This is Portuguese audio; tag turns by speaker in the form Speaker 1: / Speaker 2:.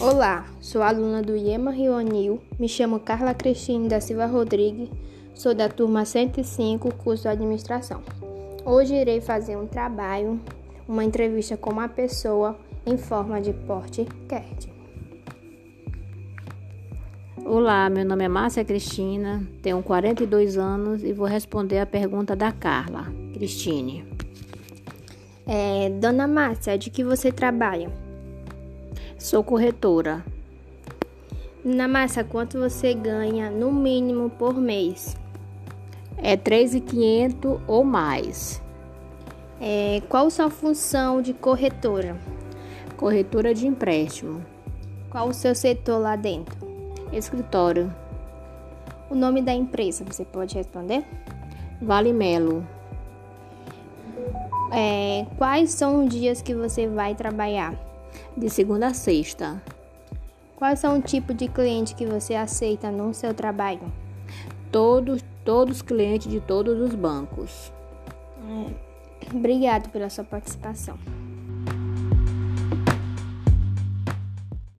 Speaker 1: Olá, sou aluna do IEMA Rio Anil, me chamo Carla Cristine da Silva Rodrigues, sou da turma 105, curso de administração. Hoje irei fazer um trabalho, uma entrevista com uma pessoa em forma de podcast.
Speaker 2: Olá, meu nome é Márcia Cristina, tenho 42 anos e vou responder a pergunta da Carla. Cristine,
Speaker 1: É, Dona Márcia, de que você trabalha?
Speaker 2: sou corretora.
Speaker 1: Dona Márcia, quanto você ganha no mínimo por mês?
Speaker 2: É 3.500 ou mais.
Speaker 1: É, qual sua função de corretora?
Speaker 2: Corretora de empréstimo.
Speaker 1: Qual o seu setor lá dentro?
Speaker 2: Escritório.
Speaker 1: O nome da empresa, você pode responder?
Speaker 2: Vale Melo.
Speaker 1: É, quais são os dias que você vai trabalhar?
Speaker 2: De segunda a sexta.
Speaker 1: Quais são o tipo de cliente que você aceita no seu trabalho?
Speaker 2: Todos, todos clientes de todos os bancos.
Speaker 1: Obrigado pela sua participação.